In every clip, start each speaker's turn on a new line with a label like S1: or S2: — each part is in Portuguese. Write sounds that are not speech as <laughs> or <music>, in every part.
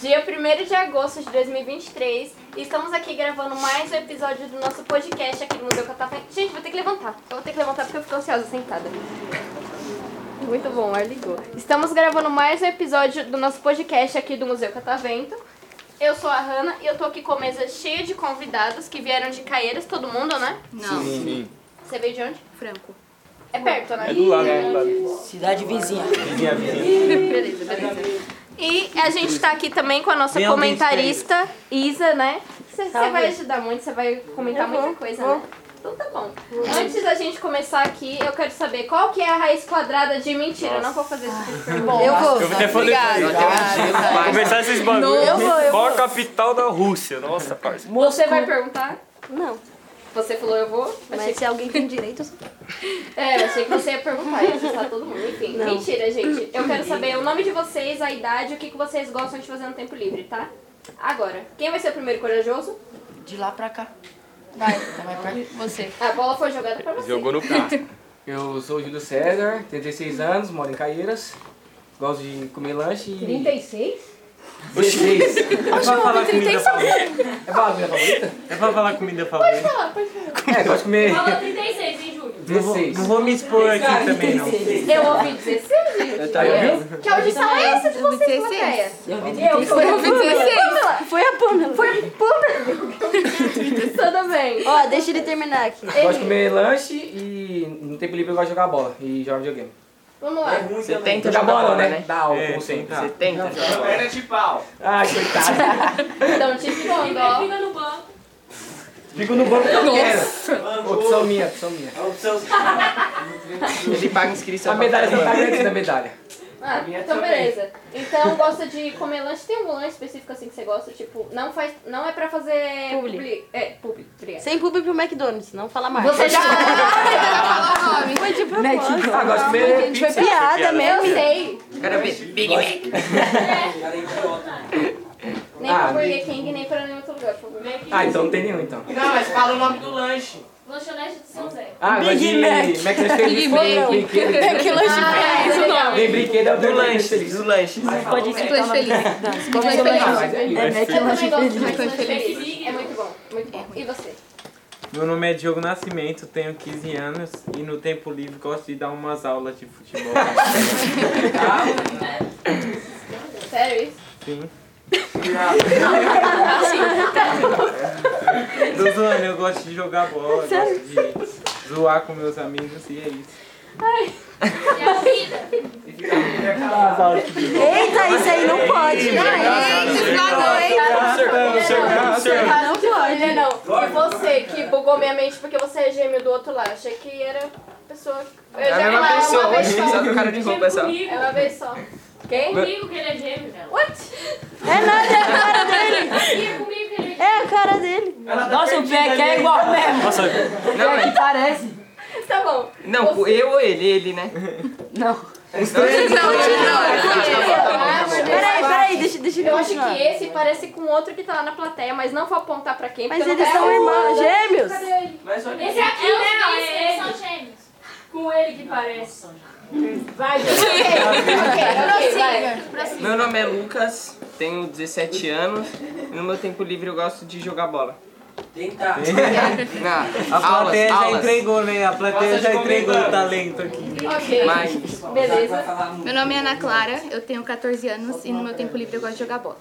S1: Dia 1 de agosto de 2023, e estamos aqui gravando mais um episódio do nosso podcast aqui do Museu Catafé. Gente, vou ter que levantar. Eu vou ter que levantar porque eu fico ansiosa sentada. Muito bom, o ar ligou. Estamos gravando mais um episódio do nosso podcast aqui do Museu Catavento. Eu sou a Hanna e eu tô aqui com a mesa cheia de convidados que vieram de Caieiras, todo mundo, né?
S2: Não,
S1: Você veio de onde?
S2: Franco.
S1: É perto, né?
S3: É do lado, é do lado.
S4: Cidade vizinha.
S3: Vizinha, vizinha.
S1: Beleza, beleza. E a gente tá aqui também com a nossa
S4: Vem alguém
S1: comentarista, Isa, né? Você
S4: Tá
S1: vai
S4: bem.
S1: ajudar muito, você vai comentar muita coisa, né? Então tá bom. Antes da gente começar aqui, eu quero saber qual que é a raiz quadrada de mentira. Eu não vou fazer esse tipo de
S2: Eu
S1: pergunta.
S2: vou.
S3: Eu vou até falar depois. Começar esses bagulhos.
S2: eu vou, eu
S3: Qual a capital da Rússia? Nossa, parça.
S1: Você vai perguntar?
S2: Não,
S1: Você falou eu vou? Achei
S2: mas se alguém tem direito, eu sou...
S1: É, eu achei que você ia perguntar, ia assustar todo mundo. Enfim, mentira, gente. Eu quero saber o nome de vocês, a idade, o que, que vocês gostam de fazer no tempo livre, tá? Agora, quem vai ser o primeiro corajoso?
S4: De lá pra cá.
S2: Então
S1: A bola foi jogada pra você.
S3: Jogou no prato.
S5: Eu sou o Júlio César, tenho 16 anos, moro em Caieiras, gosto de comer lanche e...
S6: 36?
S5: 16.
S3: É pra falar comida favorita.
S5: É bala minha favorita?
S3: É pra falar comida favorita.
S5: É, gosto de comer
S6: Fala 36, hein, Júlio?
S5: 16.
S3: Não vou me expor aqui também,
S5: <laughs>
S3: não.
S1: Eu ouvi 16, gente.
S5: Tá vendo?
S1: Que audição é essa de
S2: Eu vi
S1: vocês,
S2: 16.
S1: plateia?
S2: Eu fui a Pamela. Foi a Pamela.
S1: <laughs> Tudo bem.
S2: Ó, deixa ele terminar aqui.
S5: Gosto de comer lanche e no tempo livre eu gosto de jogar bola e jogar videogame.
S1: Vamos lá.
S7: Você tenta
S5: Jogar
S7: jogar
S5: bola, né?
S7: né?
S5: Dá algo,
S3: É,
S5: como sempre.
S3: tentar.
S7: Você tenta.
S5: Ah, coitado.
S1: Então, te escondo, ó.
S6: Fica no banco.
S5: Fico no banco que eu quero. Opção minha, opção minha.
S7: Ele paga inscrição.
S5: A medalha
S7: pra
S5: só tá
S7: todo mundo.
S5: grande da medalha.
S1: Ah, então beleza. Então gosta de comer lanche. Tem algum lanche específico assim que você gosta? Tipo, não faz. Não é pra fazer.
S2: Publi.
S1: publi- É, público, obrigada.
S2: Sem público pro McDonald's, não fala mais.
S1: Você já.
S2: <laughs>
S1: <laughs>
S2: foi de propósito.
S5: Ah, gosto de comer
S2: Foi
S5: pizza.
S2: piada
S1: Ah, Eu
S2: mesmo.
S1: sei.
S7: Quero ver. Big Mac.
S1: Nem pra
S5: Ah,
S1: Burger King, nem pra nenhum outro lugar. por favor.
S5: Ah, então não tem nenhum, então.
S6: Lanchonete do São Zé.
S5: Ah, gosto de McDonald's feliz, tem brinquedo.
S2: Que lanche
S1: Ah, é legal.
S5: Tem brinquedo, é o
S7: Do
S5: meu
S7: lanche.
S5: feliz.
S7: Do lanche.
S4: Pode ser.
S2: Lanche feliz.
S1: Lanche feliz.
S5: Ah, mas é isso.
S7: né,
S4: É,
S1: Eu também gosto um de
S2: feliz.
S1: lanche feliz. É muito bom, muito bom. E você?
S8: Meu nome é Diogo Nascimento, tenho 15 anos e no tempo livre gosto de dar umas aulas de futebol.
S1: Sério isso?
S8: Sim. Tô zoando, eu gosto de jogar bola, gosto de zoar com meus amigos e é isso.
S6: E a vida.
S7: tá-
S2: Eita, isso aí não pode.
S7: Tá
S1: Não pode. Não, E você que bugou minha mente porque você é gêmeo do outro lado. Achei que era pessoa. Eu
S7: É a
S1: já
S7: mesma
S1: falei, é uma
S7: pessoa.
S1: vez
S7: Só
S1: só.
S7: com cara de roupa essa.
S1: É uma vez só. Quem?
S6: Tipo Comigo que ele é gêmeo dela.
S1: What?
S2: É nada, é a cara dele.
S6: E comigo que
S1: tá
S6: ele é
S2: É a cara dele.
S4: Nossa, o pé aqui é igual mesmo.
S3: Nossa,
S7: Não, é-
S4: Parece.
S1: Tá bom.
S7: não, eu ou ele? Ele, né?
S4: Não.
S1: tá
S7: Ah, tá
S2: Peraí, peraí, deixa, deixa ele
S1: Ah, Eu acho
S2: continuar.
S1: que esse parece com outro que tá lá na plateia, mas não vou apontar pra quem.
S2: Mas
S1: porque eu não
S2: eles
S1: quero-
S2: são irmãos, gêmeos.
S6: gêmeo. Esse aqui é o Eles são gêmeos. Com ele que parece.
S1: <laughs> Ok, ok, vai.
S7: Meu nome é Lucas, tenho 17 anos e no meu tempo livre eu gosto de jogar bola. Não,
S8: A plateia
S7: aulas,
S8: já
S7: aulas.
S8: entregou, né? A plateia já entregou o talento aqui.
S1: Ok,
S7: Mas
S1: beleza.
S9: Meu nome é Ana Clara, eu tenho 14 anos e no meu tempo livre eu gosto de jogar bola.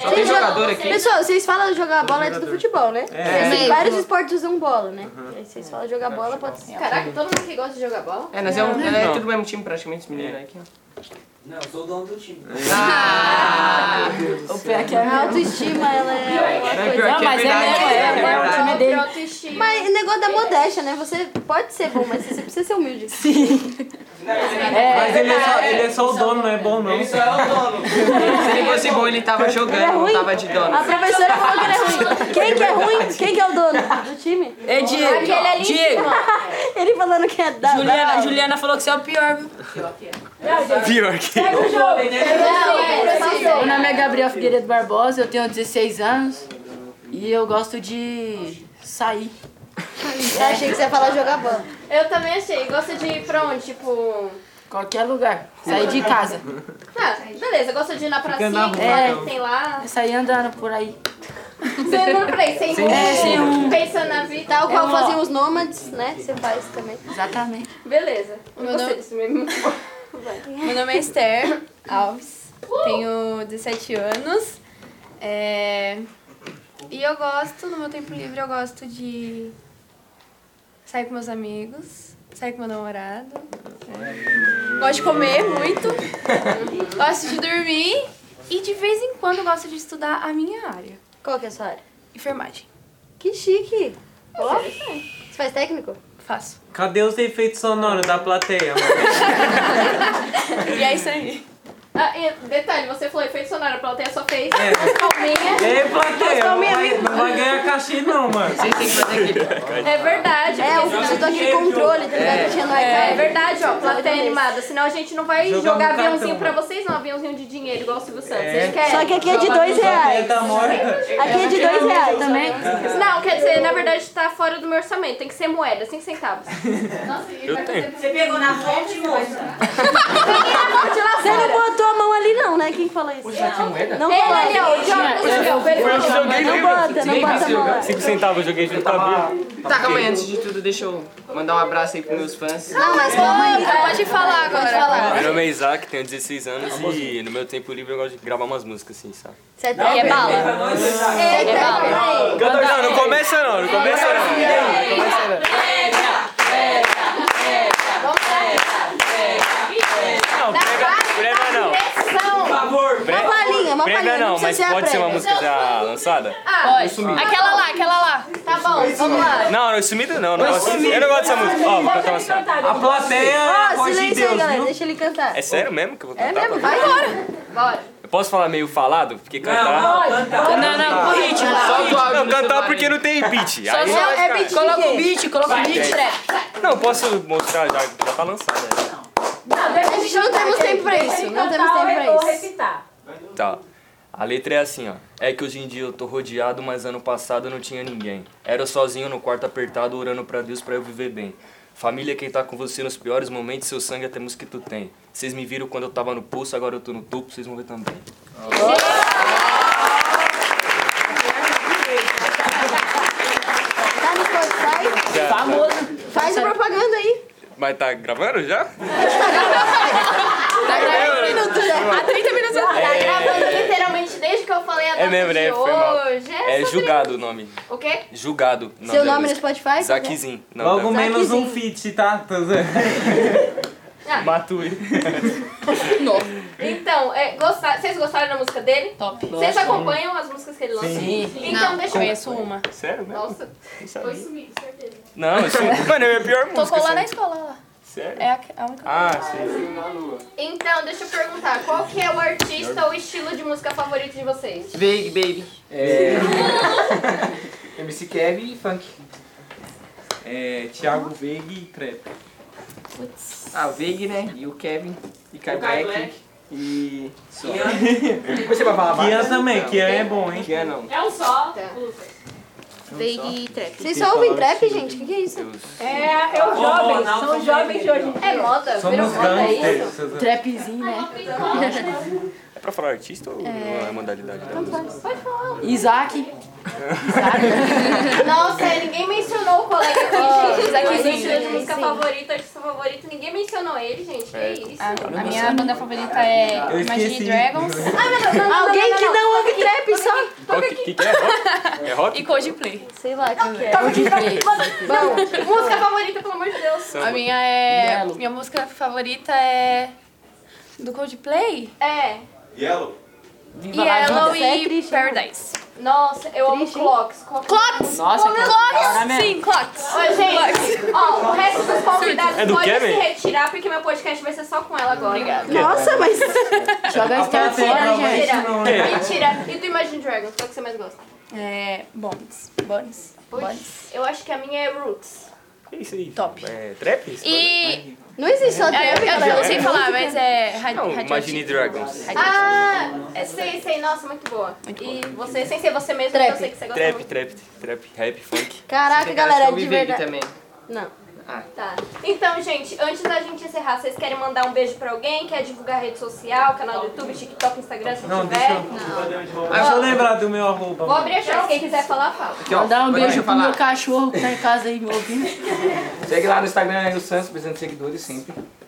S7: só tem jogador aqui.
S2: Pessoal, vocês falam jogar bola é tudo futebol, né?
S10: É.
S2: Assim, Vários esportes usam bola, né? Aí vocês falam jogar bola, pode ser.
S1: Caraca, todo mundo que gosta de jogar bola.
S7: É, nós é, um, é tudo mesmo time praticamente, esse
S4: É.
S7: menino aqui. Ah,
S4: O pé aqui é
S2: A autoestima, ela
S7: <laughs>
S2: é uma
S7: Não,
S2: coisa.
S7: pior
S4: Não,
S7: que é
S4: mas é
S7: verdade,
S4: mesmo,
S7: é
S4: é, é o
S7: verdade.
S4: time
S1: Própria
S4: dele.
S1: autoestima.
S2: Mas o negócio da modéstia, né? Você pode ser bom, mas você precisa ser humilde.
S4: É,
S8: Mas ele é só, ele é só o dono, não é bom não.
S7: Se ele fosse bom, ele tava
S4: é
S7: jogando, não tava de dono.
S2: A professora falou que ele é ruim. Quem que é ruim? Quem que é o dono do time?
S4: é Diego.
S1: Aquele ali em
S4: Diego.
S2: Ele falando que é da da-
S4: Juliana, Juliana falou que você é o pior, viu?
S3: pior que.
S1: Não, é,
S4: é Meu nome é Gabriel Figueiredo Barbosa, eu tenho 16 anos. E eu gosto de sair.
S2: Eu achei que você ia falar jogar bola.
S1: Eu também achei. Gosta de ir pra onde? Tipo.
S4: Qualquer lugar. Sair de casa.
S1: Ah, beleza. Gosta de ir na pracinha
S8: na
S1: que
S8: rua,
S1: lá-
S8: então.
S1: tem lá.
S4: Sair andando por aí.
S1: Você andando pra aí, sem
S4: sem
S1: rumo, pensando na vida.
S2: Tal
S4: É
S2: qual
S4: uma-
S2: faziam os nômades, né? Você faz também.
S4: Exatamente.
S1: Beleza. Eu
S10: Meu
S1: gostei
S10: nome-
S1: disso mesmo.
S10: <laughs> Meu nome é Esther Alves,
S1: Uh!
S10: tenho 17 anos. é, E eu gosto, no meu tempo livre, eu gosto de sair com meus amigos, sair com meu namorado. é, Gosto de
S1: <laughs>
S10: comer muito, gosto de dormir e de vez em quando eu gosto de estudar a minha área,
S2: Qual que é a sua área?
S10: enfermagem.
S2: Que chique. Ó. Você faz técnico?
S10: Faço.
S8: Cadê os efeitos sonoros da plateia, mano?
S10: E é isso aí.
S1: Ah, e detalhe, você falou efeito sonoro, a plateia só fez
S8: É.
S1: as palminhas.
S8: Ei, plateia, não vai, não vai ganhar cachê não, mano.
S1: É verdade.
S2: É, eu
S1: porque
S2: preciso daquele controle, tá ligado? Que tinha no
S1: É
S2: iPad.
S1: verdade, ó, plateia animada. Senão a gente não vai
S8: Jogar
S1: jogar,
S8: no cartão,
S1: aviãozinho pra
S8: mano.
S1: vocês, não. Aviãozinho de dinheiro, igual o Silvio Santos.
S8: É.
S1: Ele quer.
S2: Só que aqui é de dois reais.
S8: Tá morta.
S2: Aqui é de dois reais.
S4: Também.
S1: Não, quer dizer, na verdade tá fora do meu orçamento. Tem que ser moeda, 5 <laughs> centavos. tá
S3: Eu tenho.
S4: Você pegou na fonte,
S1: <laughs>
S4: moça?
S2: Você não botou a mão ali não, né? Quem falou isso?
S5: Puxa, que moeda.
S2: Não
S1: Ele ali,
S2: bota.
S1: ó, o Diogo, ele
S3: Eu joguei
S2: Não
S3: livro.
S2: bota, não bota a mão lá.
S3: 5 centavos, eu joguei junto com a Bia.
S7: Tá, calma aí, antes de tudo, deixa eu mandar um abraço aí pros meus fãs.
S2: Não, mas calma aí.
S10: Pode falar agora.
S7: Meu nome é Isaac, tenho 16 anos e no meu tempo livre eu gosto de gravar umas músicas assim, sabe?
S2: Você tem é bala.
S1: Eita, peraí.
S7: Não, não começa não, não começa não.
S1: Tá
S3: Não, prega, prega não.
S1: Pressão.
S2: Uma palhinha, uma palhinha. Não precisa ser é a prévia.
S7: música já lançada?
S10: Aquela lá, aquela lá.
S1: Tá bom, vamos lá.
S7: Não, não, sumida não. não. Eu não gosto dessa música. Ó, vou cantar uma assim.
S8: A plateia,
S2: Ó,
S8: voz de
S2: silêncio aí,
S8: Deus,
S2: galera.
S8: viu?
S2: Deixa ele cantar.
S7: É sério mesmo que eu vou
S2: É
S7: cantar?
S2: mesmo? Vai embora.
S1: Bora.
S7: Eu posso falar meio falado? Porque cantar.
S4: Não, não, com
S7: Tipo,
S4: ritmo.
S7: Não, cantar porque não tem beat.
S4: <laughs>
S7: Aí-
S2: É, é beat.
S4: Coloca o beat, coloca o beat.
S7: Não, posso mostrar já, já tá lançado. né?
S2: A gente não temos tempo pra isso. Não temos tempo
S4: é
S2: pra isso.
S7: Tá. A letra é assim, ó. É que hoje em dia eu tô rodeado, mas ano passado não tinha ninguém. Era eu sozinho no quarto apertado, orando pra Deus pra eu viver bem. Família é quem tá com você nos piores momentos, seu sangue é até mosquito tem. Vocês me viram quando eu tava no pulso, agora eu tô no topo, vocês vão ver também.
S2: Tá no Spotify?
S4: Famoso.
S2: Faz a propaganda aí.
S7: Mas tá gravando já?
S10: Há 30 minutos atrás.
S1: Tá gravando literalmente desde que eu falei a data
S7: É mesmo,
S1: de
S7: né? Foi mal.
S1: hoje.
S7: É
S1: sobre-
S7: julgado o nome.
S1: O quê?
S7: Julgado. o
S2: Seu nome
S7: da
S2: é no
S7: música.
S2: Spotify?
S7: Zaquizin. Não,
S8: Logo
S7: tá-
S8: menos um fit, tá?
S7: Matui.
S1: Então, é, gostar, vocês gostaram da música dele? Top. Vocês acompanham as músicas que ele lança?
S8: Sim.
S1: Então, deixa eu ver.
S10: Conheço uma.
S7: Sério mesmo?
S1: Nossa, foi sumido, certeza.
S7: Não, isso... Mano, é a pior música.
S10: Tocou lá
S7: sabe?
S10: na escola, lá.
S7: Sério?
S10: É a, a única.
S7: Ah, sim.
S1: Então, deixa eu perguntar, qual que é o artista ou estilo de música favorito de vocês?
S7: Baby, baby.
S1: <laughs>
S5: É... MC Kev e funk.
S8: É, Thiago Veiga e Trap.
S5: Ah, o Vig, né? E o Kevin. E Kai
S7: Kai
S5: Black.
S7: Black.
S5: E... Só. Você vai falar mais?
S8: Kian também, Kian é bom, hein?
S5: Kian não.
S6: É um só.
S1: Tá.
S9: Veig e trap.
S2: Vocês só ouvem trap, gente? O que, que é isso?
S4: É o jovem. São jovens de hoje.
S1: É moda? Virou
S8: Somos
S1: moda, é isso?
S8: gangsters.
S4: Trapzinho, né?
S7: É pra falar artista ou não é modalidade da música?
S4: Isaac.
S1: Nossa, é, ninguém mencionou o colega aqui, gente. Aqui o estilo de
S10: sim,
S1: música
S10: sim.
S1: favorito, artista favorito, ninguém mencionou ele, gente.
S7: É.
S1: Que isso?
S10: A minha banda favorita é
S8: Eu
S10: Imagine
S8: esqueci.
S10: Dragons
S2: Alguém que não ouve trap só.
S7: Rock, que, que é rock? É rock?
S10: e Coldplay.
S2: Sei lá quem é.
S1: Música favorita, pelo amor de Deus.
S10: A minha é. Minha música favorita é. Do Coldplay?
S1: É.
S4: Viva lá,
S10: Yellow
S4: vida.
S2: é
S10: e
S2: triste,
S10: Paradise.
S1: Nossa, eu amo
S2: Triste, hein?
S1: Clocks. Clocks. Clocks!
S4: Nossa, que
S10: Clocks! Sim, Clocks.
S1: Ô, gente, ó, o resto dos convidados
S7: É do
S1: pode
S7: Kevin?
S1: se retirar, porque meu podcast vai ser só com ela agora. Obrigada.
S2: Nossa, mas.
S4: Joga
S1: Então,
S8: A
S7: Tá,
S4: Esther
S8: plateia
S4: fora,
S8: não vai
S4: gente.
S1: Mentira.
S8: isso não, né?
S1: Mentira. E do Imagine Dragons, qual que você mais gosta?
S10: É. Bones. Bones.
S1: Putz,
S10: Bones.
S1: Eu acho que a minha é Roots.
S7: É isso aí.
S10: Top.
S7: É trap? isso?
S10: E.
S2: Não existe só
S10: É,
S2: trap,
S10: eu, eu
S2: galera.
S10: não sei
S2: Tem
S10: falar,
S2: música.
S10: mas é. Ra
S7: Não,
S10: radioativo.
S7: Imagine Dragons.
S1: Ah, é, sei, sei. Nossa, muito boa. e você, sem ser você mesmo,
S2: Trap.
S1: eu sei que você gosta
S7: Trap,
S1: muito.
S7: trap, trap, rap, funk.
S2: Caraca, galera, de verdade.
S4: também.
S2: Não.
S1: Tá. Então, gente, antes da gente encerrar, vocês querem mandar um beijo pra alguém? Quer divulgar rede social, canal do YouTube, TikTok, Instagram, se
S8: Não,
S1: tiver?
S8: deixa eu. Deixa eu lembrar do meu arroba.
S1: Vou abrir a chance, quem quiser falar, fala.
S5: Aqui, ó,
S4: Dá um
S5: agora
S4: beijo
S5: eu
S4: pro
S5: vou
S4: meu
S5: falar.
S4: cachorro que tá em casa aí me ouvindo.
S7: tá.
S5: Segue lá no Instagram, aí o Santos, precisando de seguidores sempre.
S8: Deixa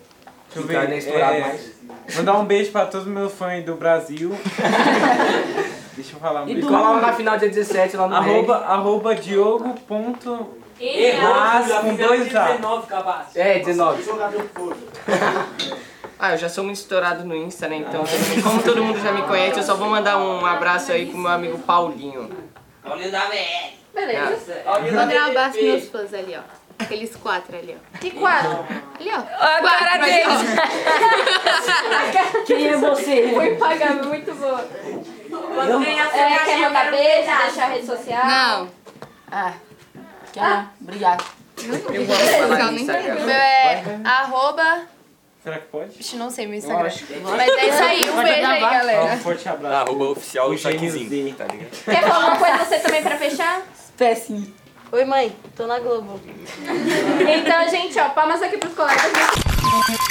S8: eu
S5: Ficar nem estourado mais.
S8: ver. É, mandar um beijo pra todos os meus fãs do
S5: <laughs>
S8: Brasil. Deixa eu falar um
S5: E
S8: beijo.
S5: cola lá na final dia 17, lá no
S8: Arroba, arroba Diogo. Ponto... Mas com dois A.
S5: Reg. É, 19.
S11: Ah, eu já sou muito estourado no Insta, né? Então, como todo mundo já me conhece, eu só vou mandar um abraço aí pro meu amigo Paulinho.
S12: Paulinho da VL.
S9: Beleza.
S11: Ah.
S9: Vou dar um abraço pros meus fãs ali, ó. Aqueles quatro ali, ó.
S1: Que quatro?
S9: Ali, ó.
S10: A cara
S9: deles.
S4: Quem é você?
S1: Foi pagar, muito boa.
S4: Eu?
S1: É, quer mandar beijo, deixar a rede social?
S9: Não.
S4: Ah, quer não. Obrigado.
S11: Eu vou falar no
S10: O
S11: Instagram.
S10: meu é arroba.
S8: Será que pode?
S10: Ixi, não sei meu Instagram.
S8: Lógico.
S10: Mas é isso aí, um
S8: Vai
S10: beijo aí,
S8: gravar.
S10: galera.
S8: Um forte abraço.
S7: É. Arroba oficial Jaquezinho, tá ligado?
S1: Quer falar uma coisa você também pra fechar?
S4: Péssimo.
S2: Oi, mãe, tô na Globo.
S1: Então, gente, ó, palmas aqui pros colegas.